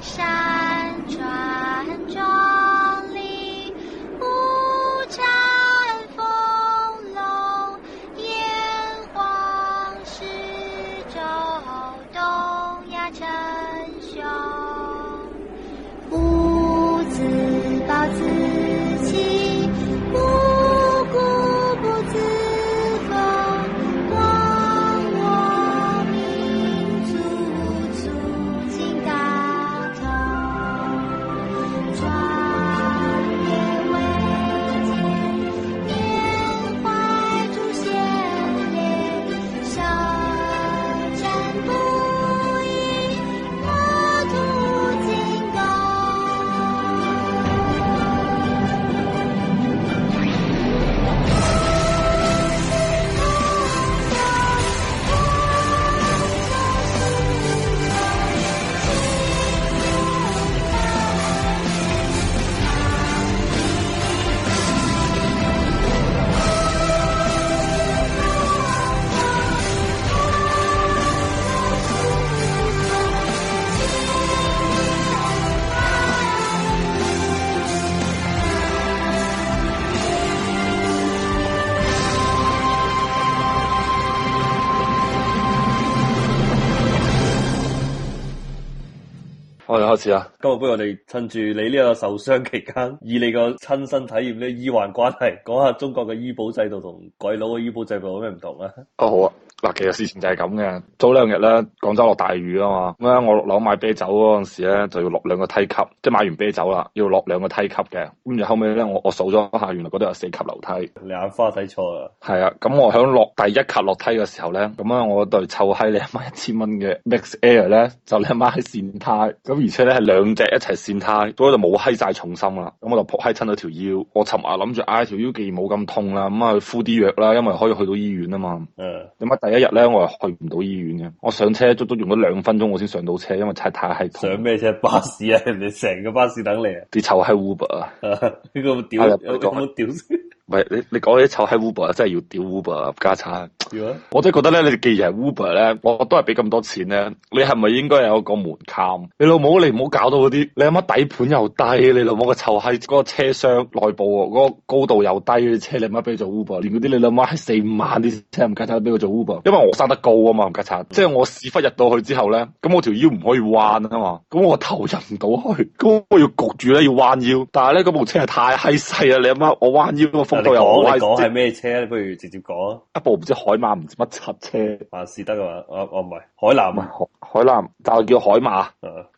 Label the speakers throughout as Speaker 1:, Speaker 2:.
Speaker 1: 山川壮丽，五展丰隆，炎黄始周，东亚称雄。无自暴自弃，无故不自封。光我民族，促进大同。壮烈伟健，缅怀祖先烈，舌战不已，国土精高。
Speaker 2: 我哋開始啊！
Speaker 3: 今日不如我哋趁住你呢個受傷期間，以你個親身體驗呢醫患關係，講下中國嘅醫保制度同鬼佬嘅醫保制度有咩唔同啊？
Speaker 2: 哦好啊，嗱，其實事情就係咁嘅。早兩日咧，廣州落大雨啊嘛，咁咧我落樓買啤酒嗰陣時咧，就要落兩個梯級，即係買完啤酒啦，要落兩個梯級嘅。咁然後後尾咧，我我數咗下，原來嗰度有四級樓梯。
Speaker 3: 你眼花睇錯啦！
Speaker 2: 係啊，咁我響落第一級落梯嘅時候咧，咁啊我對臭 閪你媽一千蚊嘅 Max Air 咧，就你媽喺跣胎，咁而且咧係兩隻一齊跣胎，所以就冇閪晒重心啦，咁我就仆閪親咗條腰。我尋日諗住唉條腰既然冇咁痛啦，咁啊去敷啲藥啦，因為可以去到醫院啊嘛。
Speaker 3: 嗯，
Speaker 2: 點解第一日咧我係去唔到醫院嘅？我上車足足用咗兩分鐘我先上到車，因為太太閪痛
Speaker 3: 上。咩車巴士啊？人哋成個巴士等你啊！
Speaker 2: 啲臭閪 Uber 啊！
Speaker 3: 啊呢個屌
Speaker 2: 係
Speaker 3: 有
Speaker 2: 啦你講啊
Speaker 3: 冇屌先？
Speaker 2: 喂，你你講起臭閪 Uber 啊真係要屌 Uber 啊家產。
Speaker 3: 屌啊！
Speaker 2: 我真係覺得咧，你哋既然係 Uber 咧，我都係俾咁多錢咧，你係咪應該有一個門檻？你老母你唔好搞到嗰啲，你阿媽底盤又低，你老母個臭閪嗰個車廂內部嗰個高度又低嘅車，你阿媽俾佢做 Uber，連嗰啲你阿媽係四五萬啲車唔家產都俾佢做 Uber，因為我生得高啊嘛，唔家產，即係我屎忽入到去之後咧，咁我條腰唔可以彎啊嘛，咁我頭入唔到去，咁我要焗住咧要彎腰，但係咧嗰部車係太閪細啊，你阿媽我彎腰個幅
Speaker 3: 你
Speaker 2: 度又
Speaker 3: 講
Speaker 2: 好
Speaker 3: 你講係
Speaker 2: 閪，
Speaker 3: 咩車啊？你不如直接講啊，
Speaker 2: 一部唔知海馬唔知乜柒車。
Speaker 3: 萬事得啊嘛！我我唔係海南啊！
Speaker 2: 海海南，但係叫海馬。
Speaker 3: 啊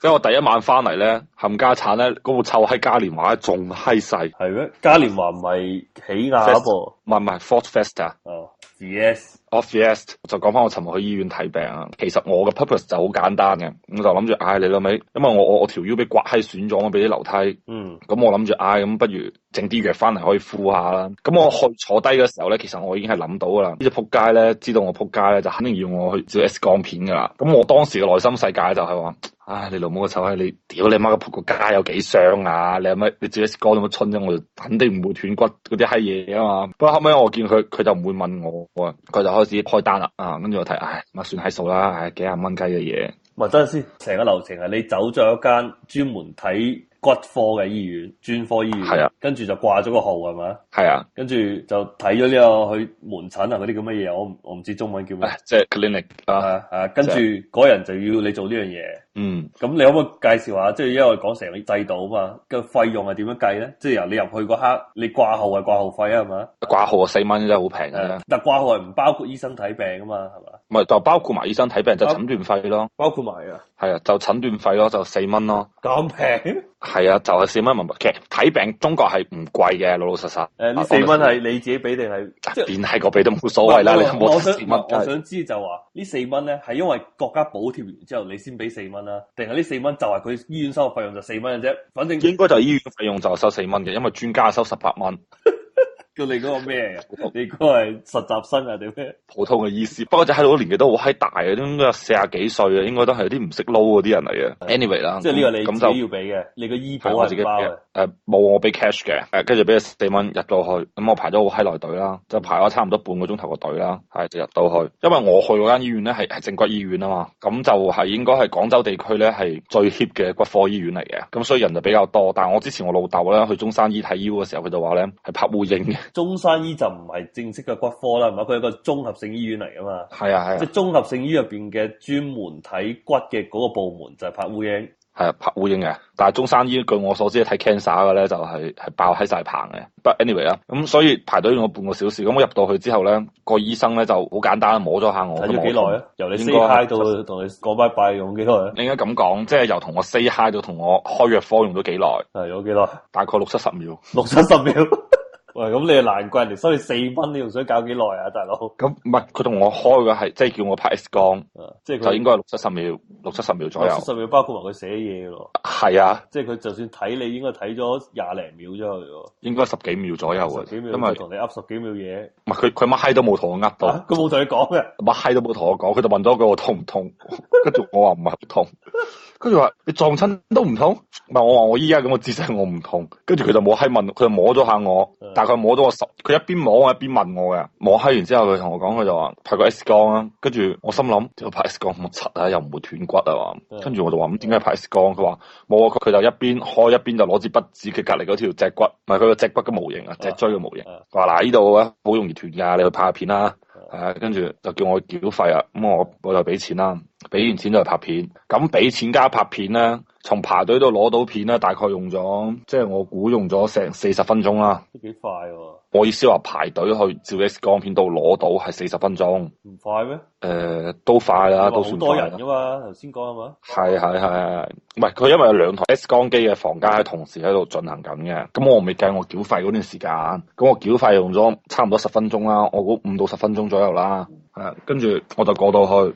Speaker 2: 因為我第一晚翻嚟咧，冚家產咧，嗰部臭閪嘉年華仲閪細，
Speaker 3: 係咩？嘉年華唔係起亞噃？
Speaker 2: 唔係唔係 Ford Fiesta。
Speaker 3: 哦，yes，
Speaker 2: Off the est 就講翻我尋日去醫院睇病啊。其實我嘅 purpose 就好簡單嘅，咁就諗住唉你老味，因為我我我條腰俾刮閪損咗，我俾啲樓梯，
Speaker 3: 嗯
Speaker 2: 咁我諗住，唉，咁不如整啲藥翻嚟可以敷下啦。咁我去坐低嘅時候咧，其實我已經係諗到噶啦，呢只仆街咧，知道我仆街咧，就肯定要我去照 X 光片噶啦。咁我當時嘅內心世界就係話。唉，你老母個臭閪，你屌你媽個仆個街有幾傷啊！你有乜你照 X 光有乜春啫？我就肯定唔會斷骨嗰啲閪嘢啊嘛。不過後尾我見佢，佢就唔會問我啊，佢就開始開單啦啊！跟住我睇，唉，咪算閪數啦，唉，幾廿蚊雞嘅嘢。
Speaker 3: 咪真先，成個流程係你走咗一間專門睇骨科嘅醫院，專科醫院，
Speaker 2: 係啊，
Speaker 3: 跟住就掛咗個號係嘛，
Speaker 2: 係啊，
Speaker 3: 跟住就睇咗呢個去門診啊嗰啲咁嘅嘢，我唔我唔知中文叫咩
Speaker 2: 唉，即係 clinic 啊，
Speaker 3: 啊啊，跟住嗰人就要你做呢樣嘢，
Speaker 2: 嗯。
Speaker 3: 咁你可唔可以介紹下？即係因為我講成個制度啊嘛，個費用係點樣計咧？即係由你入去嗰刻，你掛號係掛號費啊係嘛，
Speaker 2: 掛號啊，四蚊真係好啊平嘅啫
Speaker 3: 誒，但掛號係唔包括醫生睇病啊嘛係嘛，
Speaker 2: 唔係就包括埋醫生睇病就
Speaker 3: 啊
Speaker 2: 診斷費咯，
Speaker 3: 包括埋啊，
Speaker 2: 係啊，就診斷費咯，就四蚊咯，
Speaker 3: 咁平？
Speaker 2: 係啊，就係四蚊文物。其實睇病中國係唔貴嘅，老老實實。
Speaker 3: 誒呢
Speaker 2: 啊
Speaker 3: 四蚊係你自己俾定係即係
Speaker 2: 邊係個俾都冇所謂啦，
Speaker 3: 唔
Speaker 2: 你
Speaker 3: 係
Speaker 2: 有冇
Speaker 3: 我
Speaker 2: 得
Speaker 3: 想
Speaker 2: 四蚊
Speaker 3: 我想知就話呢四蚊咧，係因為國家補貼完之後你先俾四蚊啦，定係呢四蚊就係佢醫院收嘅費用就四蚊嘅啫？反正
Speaker 2: 應該就係醫院費用就收四蚊嘅，因為專家收十八蚊。
Speaker 3: 叫你嗰個 咩啊？你嗰個係實習生啊定咩？
Speaker 2: 普通嘅醫師，不過就喺度年紀都好閪大嘅，都應該有四廿幾歲啊，應該都係啲唔識撈嗰啲人嚟嘅。anyway 啦，
Speaker 3: 即係呢個你
Speaker 2: 咁
Speaker 3: 自己
Speaker 2: 就
Speaker 3: 要俾嘅，你個醫保啊
Speaker 2: 係啊我自
Speaker 3: 係
Speaker 2: 己
Speaker 3: 唔包
Speaker 2: 嘅
Speaker 3: 嘅。，
Speaker 2: 誒冇我俾 cash 嘅，誒跟住俾咗四蚊入到去，咁我排咗好閪耐隊啦，就排咗差唔多半個鐘頭個隊啦，係就入到去，因為我去嗰間醫院咧係係正骨醫院啊嘛，咁就係應該係廣州地區咧係最 hit 嘅骨科醫院嚟嘅，咁所以人就比較多，但係我之前我老豆咧去中山醫睇腰嘅時候，佢就話咧係拍烏蠅嘅，
Speaker 3: 中山醫就唔係正式嘅骨科啦，係咪？佢係一個綜合性醫院嚟噶嘛。
Speaker 2: 係啊係啊
Speaker 3: 即係。綜合性醫入邊嘅專門睇骨嘅嗰個部門就係拍烏蠅。
Speaker 2: 係拍烏蠅嘅，但係中山醫據我所知睇 cancer 嘅咧就係、係爆喺晒棚嘅。不 anyway 啦，咁所以排隊用咗半個小時，咁我入到去之後咧，個醫生咧就好簡單摸咗下我。
Speaker 3: 睇咗幾耐啊？由你 say
Speaker 2: 應該
Speaker 3: hi 到同你講拜拜用幾耐啊？
Speaker 2: 你應該咁講，即係由同我 say hi 到同我開藥科用咗幾耐，
Speaker 3: 係用幾耐？
Speaker 2: 大概六七十秒。
Speaker 3: 六七十秒。 喂，咁你又難怪人哋收你四蚊，你仲想搞幾耐啊，大佬？
Speaker 2: 咁唔係佢同我開嘅係即係叫我拍 X 光，
Speaker 3: 啊即係
Speaker 2: 就
Speaker 3: 佢
Speaker 2: 應該係六七十秒，六七十秒左右
Speaker 3: 六七。十秒包括埋佢寫嘢嘅咯。
Speaker 2: 係啊，
Speaker 3: 即係佢就算睇你，應該睇咗廿零秒啫佢
Speaker 2: 應該十幾秒左右
Speaker 3: 喎，
Speaker 2: 嘅
Speaker 3: 十，幾
Speaker 2: 因
Speaker 3: 秒就
Speaker 2: 為
Speaker 3: 同你噏十幾秒嘢，
Speaker 2: 唔係佢佢乜閪都冇同我呃到。
Speaker 3: 啊佢冇同你講嘅，
Speaker 2: 乜閪都冇同我講，佢就問咗句我痛唔痛， 跟住我話唔係好痛，跟住話你撞親都唔痛，唔係我話我依家咁嘅姿勢我唔痛，跟住佢就冇閪問，佢就摸咗下我
Speaker 3: 嗯，
Speaker 2: 大概摸咗我十，佢一邊摸我一邊問我嘅，摸閪完之後佢同我講佢就話拍個 X 光啊，跟住我心諗屌拍 X 光咁柒啊，又唔會斷骨啊嘛
Speaker 3: 嗯，
Speaker 2: 跟住我就話咁點解拍 X 光？佢話冇啊，佢佢就一邊開一邊就攞支筆指佢隔離嗰條脊骨，唔係佢個脊骨嘅模型啊，脊椎嘅模型。
Speaker 3: 啊
Speaker 2: 話嗱呢度咧好容易斷㗎，你去拍下片啦，係啊，跟住就叫我繳費啊，咁我我就俾錢啦，俾完錢就去拍片，咁俾錢加拍片咧，從排隊度攞到片咧，大概用咗，即係我估用咗成四十分鐘啦。
Speaker 3: 都幾快喎，
Speaker 2: 我意思話排隊去照 X 光片度攞到係四十分鐘，誒、
Speaker 3: 唔快咩？
Speaker 2: 都快啦，
Speaker 3: 話
Speaker 2: 啊都
Speaker 3: 好
Speaker 2: 算
Speaker 3: 多
Speaker 2: 快
Speaker 3: 人
Speaker 2: 啦。
Speaker 3: 噶嘛，頭先講係啊嘛？
Speaker 2: 係係係係，唔係佢因為有兩台 X 光機嘅房間係同時喺度進行緊嘅，咁我未計我繳費嗰段時間，咁我繳費用咗差唔多十分鐘啦，我估五到十分鐘左右啦，係啊跟住我就過到去，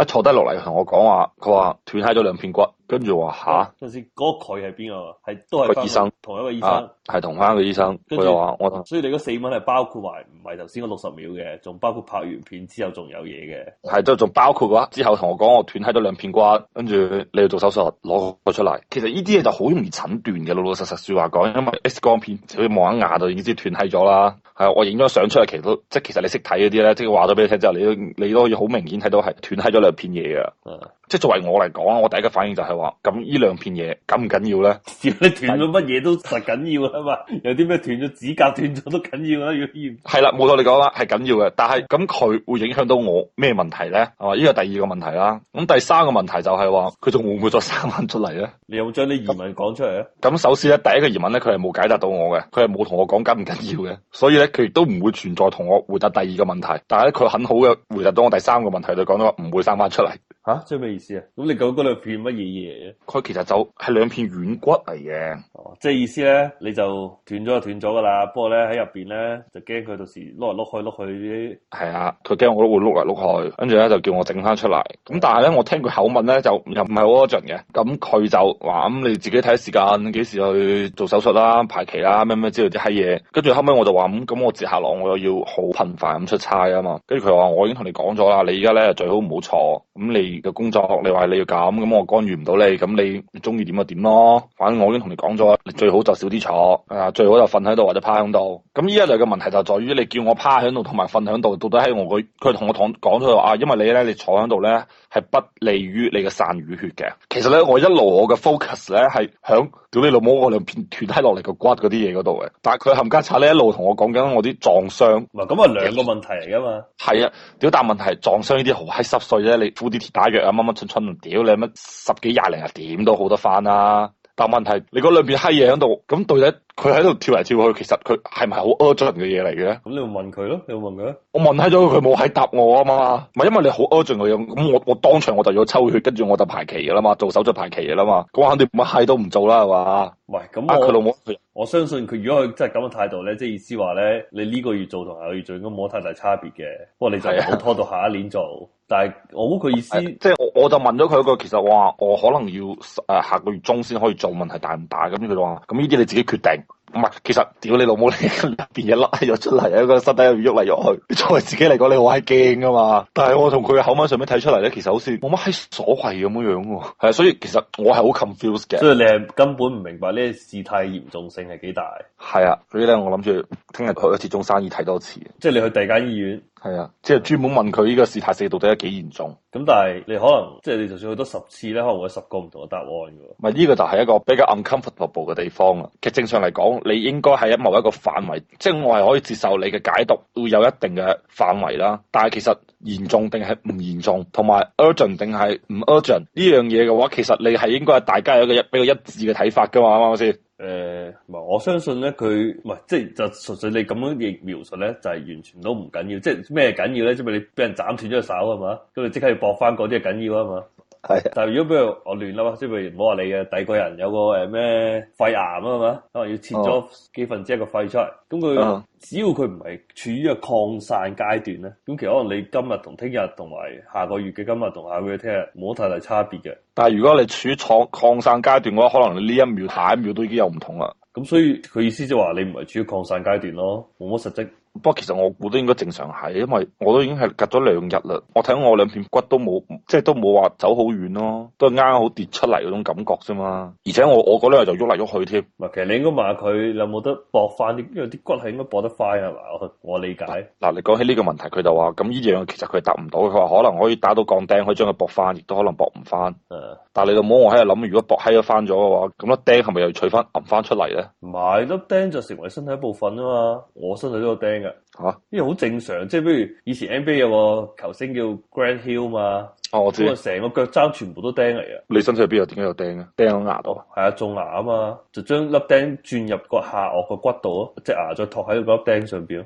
Speaker 2: 一坐低落嚟同我講話，佢話斷開咗兩片骨，跟住我話
Speaker 3: 頭先嗰個佢係邊個啊？係都係
Speaker 2: 個
Speaker 3: 翻
Speaker 2: 醫生
Speaker 3: 同一個醫
Speaker 2: 吓，啊
Speaker 3: 生，
Speaker 2: 係同翻個醫生，
Speaker 3: 跟
Speaker 2: 佢
Speaker 3: 住
Speaker 2: 就話我
Speaker 3: 所以你嗰四蚊係包括埋唔係頭先嗰六十秒嘅，仲包括拍完片之後仲有嘢嘅。
Speaker 2: 係都仲包括嘅話，之後同我講我斷開咗兩片骨，跟住你要做手術攞佢出嚟。其實呢啲嘢就好容易診斷嘅，老老實實説話講，因為 X 光片只要望一眼就已經知斷閪咗啦。係啊我影咗相出嚟，其實都即係其實你識睇嗰啲咧，即係話咗俾你聽之後，你都你都可以好明顯睇到係斷閪咗兩片嘢嘅。
Speaker 3: 啊
Speaker 2: 即係作為我嚟講，我第一個反應就係話，咁呢兩片嘢緊唔緊要咧？
Speaker 3: 只要你斷咗乜嘢都實緊要啊嘛，有啲咩斷咗指甲斷咗都緊要啦，啊要驗
Speaker 2: 係啦，冇錯你講啦，係緊要嘅。但係咁佢會影響到我咩問題咧？係嘛？呢個第二個問題啦。咁第三個問題就係話，佢仲會唔會再生翻出嚟咧？
Speaker 3: 你有冇將啲疑問講出嚟啊？
Speaker 2: 咁首先咧，第一個疑問咧，佢係冇解答到我嘅，佢係冇同我講緊唔緊要嘅，所以咧佢亦都唔會存在同我回答第二個問題。但係咧，佢很好嘅回答到我第三個問題，就講到話唔會生翻出嚟。
Speaker 3: 吓，即係咩意思啊？咁你究竟嗰兩片乜嘢嘢嚟嘅？
Speaker 2: 佢其實就係兩片軟骨嚟嘅，
Speaker 3: 哦，即係意思咧，你就斷咗就斷咗噶啦。不過咧喺入邊咧，就驚佢到時碌嚟碌去碌去
Speaker 2: 係啊，佢驚我都會碌嚟碌去，跟住咧就叫我整翻出嚟。咁但係咧，我聽佢口吻咧就又唔係好盡嘅。咁佢就話咁你自己睇時間，幾時去做手術啦、排期啦、咩咩之類啲閪嘢。跟住後尾我就話咁，咁我接下來我又要好頻繁咁出差啊嘛。跟住佢話我已經同你講咗啦，你而家咧最好唔好錯。咁你嘅工作你話你要咁，咁我干預唔到你，咁你中意點就點咯。反正我已經同你講咗啦，你最好就少啲坐，啊最好就瞓喺度或者趴喺度。咁依家就嘅問題就在於你叫我趴喺度同埋瞓喺度，到底喺我個佢同我講講咗話啊，因為你咧你坐喺度咧係不利於你嘅散瘀血嘅。其實咧我一路我嘅 focus 咧係響屌你老母我兩片斷低落嚟個骨嗰啲嘢嗰度嘅，但係佢冚家鏟咧一路同我講緊我啲撞傷。
Speaker 3: 唔係咁啊，兩個問題嚟噶嘛。
Speaker 2: 係啊，屌！但問題係撞傷呢啲好閪濕碎啫，你敷啲鐵打藥啊，乜乜春春，屌你乜十幾廿零日點都好得翻啦。但問題你嗰兩邊閪嘢喺度，咁到底佢喺度跳嚟跳去，其實佢係咪好 urgent 嘅嘢嚟嘅咧？
Speaker 3: 咁你會問佢咯，你會問佢咯。啊
Speaker 2: 我問閪咗佢，佢冇喺答我啊嘛。唔係因為你好 urgent 嘅嘢，咁我我當場我就要抽血，跟住我就排期嘅啦嘛，做手術排期嘅啦嘛。咁我肯定乜閪都唔做啦，係嘛？
Speaker 3: 喂，
Speaker 2: 呃佢
Speaker 3: 咁
Speaker 2: 老
Speaker 3: 我
Speaker 2: 母，
Speaker 3: 我相信佢如果佢真係咁嘅態度咧，即係意思話咧，你呢個月做同下個月做應該冇太大差別嘅。不過你就唔好
Speaker 2: 係啊
Speaker 3: 拖到下一年做。但係我估佢意思
Speaker 2: 呃即係我我就問咗佢一個，其實我話我可能要誒、呃下個月中先可以做，問題大唔大？咁佢就話咁呢啲你自己決定。唔係，其實屌你老母，你入邊嘢甩咗出嚟，喺個身體入邊喐嚟喐去。作為自己嚟講，你好閪驚噶嘛。但係我從佢嘅口吻上面睇出嚟咧，其實好似冇乜閪所謂咁樣樣喎。係啊，所以其實我係好 confused 嘅。
Speaker 3: 所以你係根本唔明白呢個事態嚴重性係幾大，
Speaker 2: 係啊，所以咧，我諗住聽日去一次中山醫睇多次。
Speaker 3: 即係你去第二間醫院。
Speaker 2: 係啊，即係專門問佢呢個事態性到底有幾嚴重。
Speaker 3: 咁但係你可能即係你就算去多十次咧，可能會有十個唔同嘅答案嘅喎。
Speaker 2: 咪呢個就係一個比較 uncomfortable 嘅地方啦。其實正常嚟講，你應該喺某一個範圍，即係我係可以接受你嘅解讀會有一定嘅範圍啦。但係其實嚴重定係唔嚴重，同埋 urgent 定係唔 urgent 呢樣嘢嘅話，其實你係應該係大家有一個一比較一致嘅睇法噶嘛，啱唔啱先？
Speaker 3: 誒、呃唔係我相信咧，佢唔係即係就純粹你咁樣亦描述咧，就係、完全都唔緊要。即係咩緊要咧？即係你俾人斬斷咗隻手係嘛，咁你即刻要搏翻嗰啲係緊要啊嘛。
Speaker 2: 係
Speaker 3: 但係如果譬如我亂啦嘛，即係譬如唔好話你嘅第二個人有個誒咩肺癌啊嘛，可能要切咗幾分之一個肺出嚟，咁佢、
Speaker 2: 嗯
Speaker 3: 只要佢唔係處於一個擴散階段咧，咁其實可能你今日同聽日同埋下個月嘅今日同下個月嘅聽日冇乜太大差別嘅。
Speaker 2: 但係如果你處於擴擴散階段嘅話，可能你呢一秒下一秒都已經有唔同啦。
Speaker 3: 咁所以佢意思就話你唔係處於擴散階段咯，冇乜實質。
Speaker 2: 不過其實我估都應該正常係，因為我都已經係隔咗兩日啦。我睇我兩片骨都冇，即係都冇話走好遠咯，都係啱好跌出嚟嗰種感覺啫嘛。而且我我嗰兩日就喐嚟喐去添，
Speaker 3: 唔係，其實你應該問下佢有冇得搏翻啲，因為啲骨係應該搏得快係嘛？我我理解。
Speaker 2: 嗱，你講起呢個問題，佢就話咁呢樣其實佢係答唔到，佢話可能可以打到鋼釘，可以將佢駁翻，亦都可能駁唔翻。
Speaker 3: 誒，
Speaker 2: 但係你老母，我喺度諗，如果駁閪咗翻咗嘅話，咁粒釘係咪又要取翻揞翻出嚟咧？
Speaker 3: 唔係粒釘就成為身體一部分啊嘛，我身體都有釘㗎，
Speaker 2: 嚇、啊！
Speaker 3: 因為好正常。即係譬如以前 NBA 有個球星叫 Grant Hill 嘛，
Speaker 2: 哦，我
Speaker 3: 咁
Speaker 2: 知
Speaker 3: 啊成個腳踭全部都釘嚟嘅，
Speaker 2: 你身體入邊有點解有釘啊？釘喺牙度啊。
Speaker 3: 係啊種牙啊嘛，就將粒釘轉入個下顎個骨度咯，隻牙再托喺個粒釘上邊咯。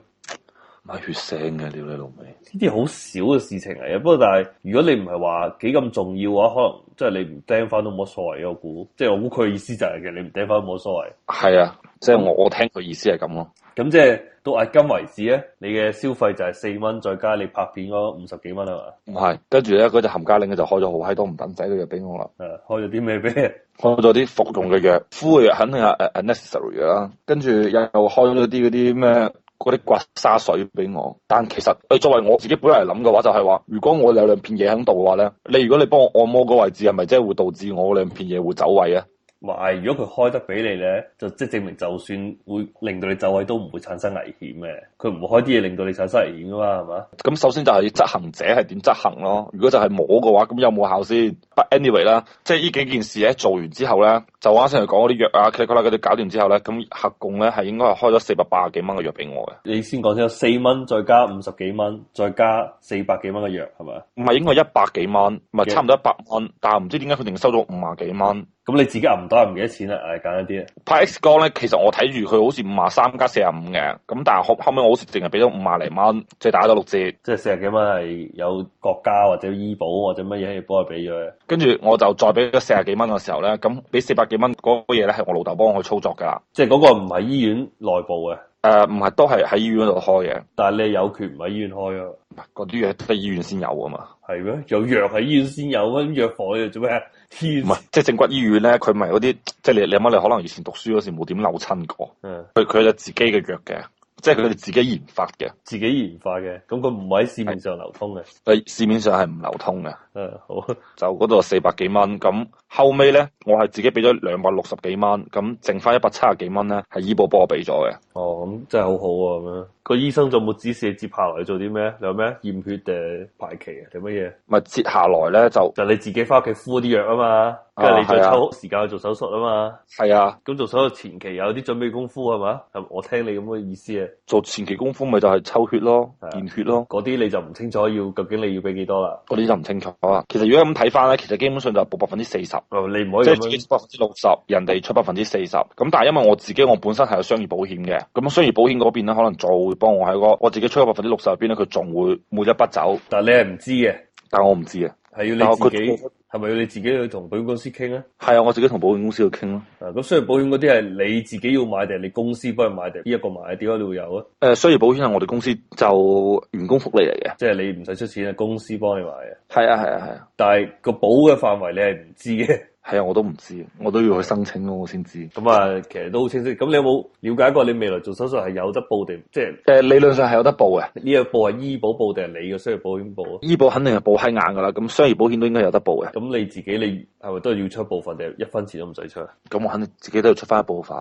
Speaker 2: 咪血腥嘅，屌你老味！
Speaker 3: 呢啲好少嘅事情嚟嘅，不過但係如果你唔係話幾咁重要嘅話，可能即係你唔釘翻都冇乜所謂嘅，我估，即係我估佢意思就係嘅，你唔釘翻都冇乜所謂。
Speaker 2: 係啊，即係我我聽佢意思係咁咯。
Speaker 3: 咁即係到押金為止咧，你嘅消費就係四蚊，再加你拍片嗰五十幾蚊啊
Speaker 2: 唔係，跟住咧嗰隻冚家拎咧就開咗好閪多唔等使嘅藥俾我啦，
Speaker 3: 嘛，誒啊開咗啲咩俾你？
Speaker 2: 開咗啲服用嘅藥，敷嘅藥肯定係誒 unnecessary 嘅啦，跟住又開咗啲嗰啲咩嗰啲刮痧水俾我，但其實誒作為我自己本人嚟諗嘅話，就係話如果我有兩片嘢喺度嘅話咧，你如果你幫我按摩嗰個位置，係咪即係會導致我兩片嘢會走位啊？
Speaker 3: 唔係，如果佢開得俾你咧，就即係證明就算會令到你走位都唔會產生危險嘅，佢唔會開啲嘢令到你產生危險噶嘛，係嘛？
Speaker 2: 咁首先就係執行者係點執行咯。如果就係摸嘅話，咁有冇效先？But anyway 啦，即係呢幾件事咧做完之後咧，就我啱先嚟講嗰啲藥啊、茄哩嗰啲搞掂之後咧，咁合共咧係應該係開咗四百八十幾蚊嘅藥俾我嘅，
Speaker 3: 你先講先，四蚊再加五十幾蚊，再加四百幾蚊嘅藥係嘛？
Speaker 2: 唔係應該一百幾蚊，唔係差唔多一百蚊，但係唔知點解佢定收咗五廿幾蚊。
Speaker 3: 咁你自己揞袋唔幾多錢啦？唉，簡單啲啊。
Speaker 2: 拍 X 光咧，其實我睇住佢好似五廿三加四廿五嘅，咁但係後後尾我好似淨係俾咗五廿零蚊，即係打咗六折。
Speaker 3: 即係四十幾蚊係有國家或者醫保或者乜嘢幫佢俾咗嘅，
Speaker 2: 跟住我就再俾咗四廿幾蚊嘅時候咧，咁俾四百幾蚊嗰個嘢咧係我老豆幫我去操作㗎啦。
Speaker 3: 即係嗰個唔係醫院內部嘅，
Speaker 2: 誒呃唔係都係喺醫院嗰度開嘅，
Speaker 3: 但係你有權唔喺醫院開啊？
Speaker 2: 嗰啲嘢得醫院先有啊嘛，
Speaker 3: 係咩？有藥喺醫院先有，啊咁藥房你做咩？天
Speaker 2: 唔係即係正骨醫院咧，佢咪嗰啲即係你你阿媽你可能以前讀書嗰時冇點扭親過，
Speaker 3: 嗯，
Speaker 2: 佢佢有自己嘅藥嘅，即係佢哋自己研發嘅，
Speaker 3: 自己研發嘅，咁佢唔喺市面上流通嘅。
Speaker 2: 誒市面上係唔流通嘅，
Speaker 3: 嗯，好，
Speaker 2: 就嗰度四百幾蚊，咁後尾咧我係自己俾咗兩百六十幾蚊，咁剩翻一百七十幾蚊咧係醫保幫我俾咗嘅，
Speaker 3: 哦，咁真係好好喎咁樣。個醫生仲冇指示你接下來做啲咩？你有咩驗血定排期啊？定乜嘢？
Speaker 2: 咪接下來咧就
Speaker 3: 就你自己翻屋企敷啲藥啊嘛，跟住你再
Speaker 2: 啊係啊
Speaker 3: 抽時間去做手術啊嘛。
Speaker 2: 係啊
Speaker 3: 咁做手術前期有啲準備功夫係嘛？係我聽你咁嘅意思啊。
Speaker 2: 做前期功夫咪就係抽血咯
Speaker 3: 係啊，
Speaker 2: 驗血咯。
Speaker 3: 嗰啲你就唔清楚要究竟你要俾幾多啦。
Speaker 2: 嗰啲就唔清楚啦。其實如果咁睇翻咧，其實基本上就係報百分之四十，
Speaker 3: 哦你唔可以
Speaker 2: 即
Speaker 3: 咁
Speaker 2: 係自己
Speaker 3: 樣，
Speaker 2: 出百分之六十，人哋出百分之四十。咁但係因為我自己我本身係有商業保險嘅，咁商業保險嗰邊咧可能仲會幫我喺個我自己出咗百分之六十入邊咧，佢仲會每一筆走，
Speaker 3: 但係你係唔知嘅，
Speaker 2: 但我唔知啊。
Speaker 3: 係
Speaker 2: 但
Speaker 3: 要
Speaker 2: 我
Speaker 3: 你
Speaker 2: 佢
Speaker 3: 自己係咪要你自己去同保險公司傾咧？
Speaker 2: 係啊，我自己同保險公司去傾咯。
Speaker 3: 啊，咁雖然保險嗰啲係你自己要買定係你公司幫佢買定，邊一個買？點解你會有啊？
Speaker 2: 誒、商業保險係我哋公司就員工福利嚟嘅。
Speaker 3: 即係你唔使出錢啊，公司幫你買嘅。
Speaker 2: 係啊，係啊，係啊。
Speaker 3: 但係個保嘅範圍你係唔知嘅，
Speaker 2: 係啊，我都唔知，我都要去申請咯，我先知。
Speaker 3: 咁啊，其實都好清晰。咁你有冇了解過你未來做手術係有得報定，即係
Speaker 2: 誒、理論上係有得報嘅，
Speaker 3: 呢個報係醫保報定係你嘅商業保險報啊？
Speaker 2: 醫保肯定係報閪硬噶啦，咁商業保險都應該有得報嘅。
Speaker 3: 咁你自己你係咪都係要出一部分定係一分錢都唔使出啊？
Speaker 2: 咁我肯定自己都要出翻一部分，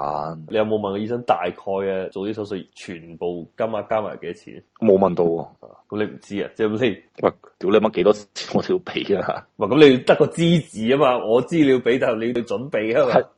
Speaker 3: 你有冇問過醫生大概嘅做啲手術全部金額加埋幾多錢？
Speaker 2: 冇問到喎。
Speaker 3: 啊咁你唔知啊，即係咁你，
Speaker 2: 喂，屌你媽幾多錢我條俾啊？
Speaker 3: 哇！咁你要得個知字啊嘛，我資料俾，但係你要準備啊
Speaker 2: 係
Speaker 3: 嘛。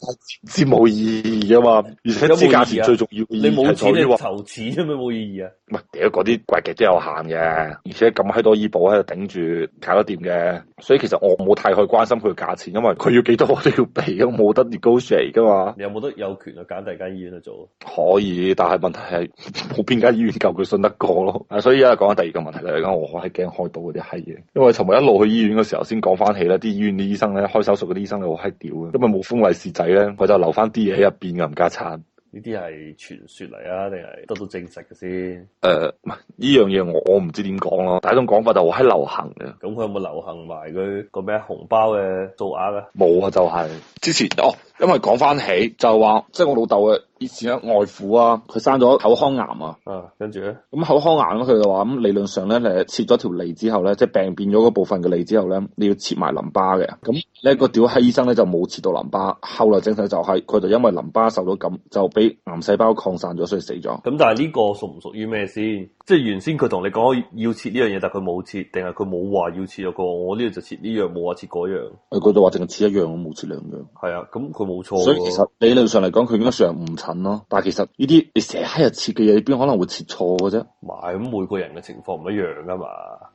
Speaker 2: 知冇意義啊嘛，而且
Speaker 3: 有冇
Speaker 2: 知價
Speaker 3: 意義
Speaker 2: 錢
Speaker 3: 啊
Speaker 2: 最重要嘅意
Speaker 3: 你
Speaker 2: 義
Speaker 3: 冇
Speaker 2: 係在
Speaker 3: 錢你
Speaker 2: 於話，
Speaker 3: 籌錢咁樣冇意義啊！
Speaker 2: 喂，屌嗰啲貴極都有限嘅，而且咁閪多醫保喺度頂住搞得掂嘅，所以其實我冇太去關心佢嘅價錢，因為佢要幾多我都要俾，我冇得 negotiate 噶嘛。
Speaker 3: 你有冇得有權去揀第二間醫院去做啊？
Speaker 2: 可以，但係問題係冇邊間醫院夠佢信得過咯。啊，所以而家講緊第二個問題啦，而家我係驚開刀嗰啲閪嘢，因為尋日一路去醫院嘅時候先講翻起啦，啲醫院啲醫生咧開手術嗰啲醫生咧好閪屌嘅，因為冇封利是仔咧，佢就留翻啲嘢喺入邊嘅唔加餐。
Speaker 3: 呢啲係傳說嚟啊，定係得到證實嘅先？
Speaker 2: 誒，唔係呢樣嘢我我唔知點講咯，但係一種講法就好閪流行嘅。
Speaker 3: 咁佢有冇流行埋佢個咩紅包嘅數額啊？
Speaker 2: 冇啊，就係、之前哦，因為講翻起就係話，即係我老豆嘅以前嘅外父啊，佢生咗口腔癌啊。
Speaker 3: 啊，跟住咧，
Speaker 2: 咁口腔癌咧，佢就話咁理論上咧，你係切咗條脷之後咧，即係病變咗嗰部分嘅脷之後咧，你要切埋淋巴嘅。咁呢個屌閪醫生咧就冇切到淋巴，後來證實就係、佢就因為淋巴受到感，就俾癌細胞擴散咗，所以死咗。
Speaker 3: 咁但係呢個屬唔屬於咩先？即係原先佢同你講要切呢樣嘢，但係佢冇切，定係佢冇話要切咗個？我呢度就切呢樣，冇話切嗰樣。
Speaker 2: 佢嗰度話淨係切一樣，冇切兩樣。
Speaker 3: 係啊，咁佢冇錯喎。
Speaker 2: 所以其實理論上嚟講，佢應該算係誤診咯。但係其實呢啲你成日喺日切嘅嘢，你邊可能會切錯嘅啫？
Speaker 3: 唔係咁每個人嘅情況唔一樣噶嘛，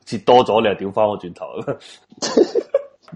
Speaker 3: 切多咗你又屌翻我轉頭，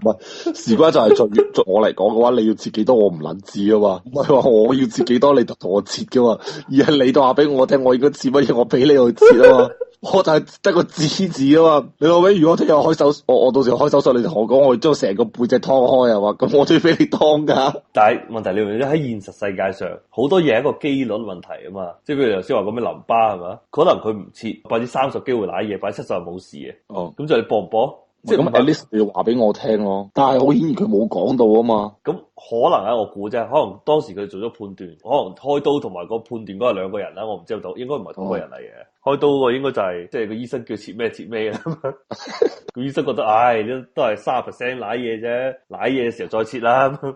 Speaker 2: 唔係，事關就係在於 在我嚟講嘅話，你要切幾多我唔撚知啊嘛，唔係話我要切幾多你就同我切噶嘛，而係你都話俾我聽，我應該切乜嘢，我俾你去切啊 嘛。我就係得個知字啊嘛，你老味，如果聽日開手，我我到時開手術，你就同我講，我要將成個背脊劏開啊嘛，咁我都要俾你劏噶。
Speaker 3: 但係問題你明唔明喺現實世界上好多嘢係一個機率問題啊嘛，即係譬如頭先話咁嘅淋巴係嘛，可能佢唔切百分之三十機會瀨嘢，百分之七十係冇事嘅，
Speaker 2: 哦，
Speaker 3: 咁就你搏唔搏？
Speaker 2: 即
Speaker 3: 即
Speaker 2: 係咁
Speaker 3: 係唔
Speaker 2: at
Speaker 3: 係
Speaker 2: least 你要話俾我聽咯，但係好顯然佢冇講到啊嘛。
Speaker 3: 咁可能啊，我估啫，可能當時佢做咗判斷，可能開刀同埋個判斷嗰係兩個人啦，我唔知道，應該唔係同一個人嚟
Speaker 2: 哦
Speaker 3: 嘅。開刀個應該就係、即係個醫生叫切咩切咩啦， 個醫生覺得唉、都都係三十 percent 攋嘢啫，攋嘢嘅時候再切啦。咁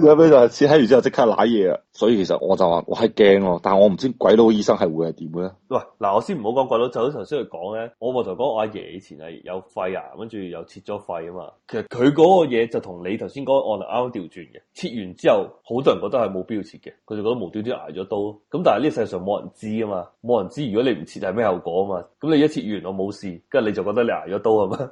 Speaker 2: 跟住後尾就係切閪完之後即刻舐嘢啊，所以其實我就話我係驚咯，但係我唔知鬼佬醫生係會係點嘅咧。
Speaker 3: 喂，嗱，我先唔好講鬼佬，就好似頭先佢講咧，我咪同佢講我阿爺以前係有肺癌，跟住又切咗肺啊嘛。其實佢嗰個嘢就同你頭先講案例啱啱調轉嘅，切完之後好多人覺得係冇必要切嘅，佢就覺得無端端挨咗刀。咁但係呢世上冇人知啊嘛，冇人知如果你唔切係咩後果啊嘛。咁你一切完我冇事，跟住你就覺得你挨咗刀啊嘛。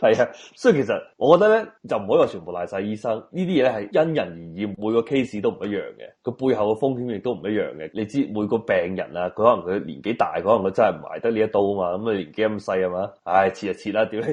Speaker 3: 係啊，所以其實我覺得咧，就唔可以話全部賴晒醫生，呢啲嘢咧係因人而異，每個 case 都唔一樣嘅，佢背後嘅風險亦都唔一樣嘅。你知每個病人啊，啊佢可能佢年紀大，可能佢真係唔捱得呢一刀啊嘛，咁佢年紀咁細啊嘛，唉，切就切啦，屌你！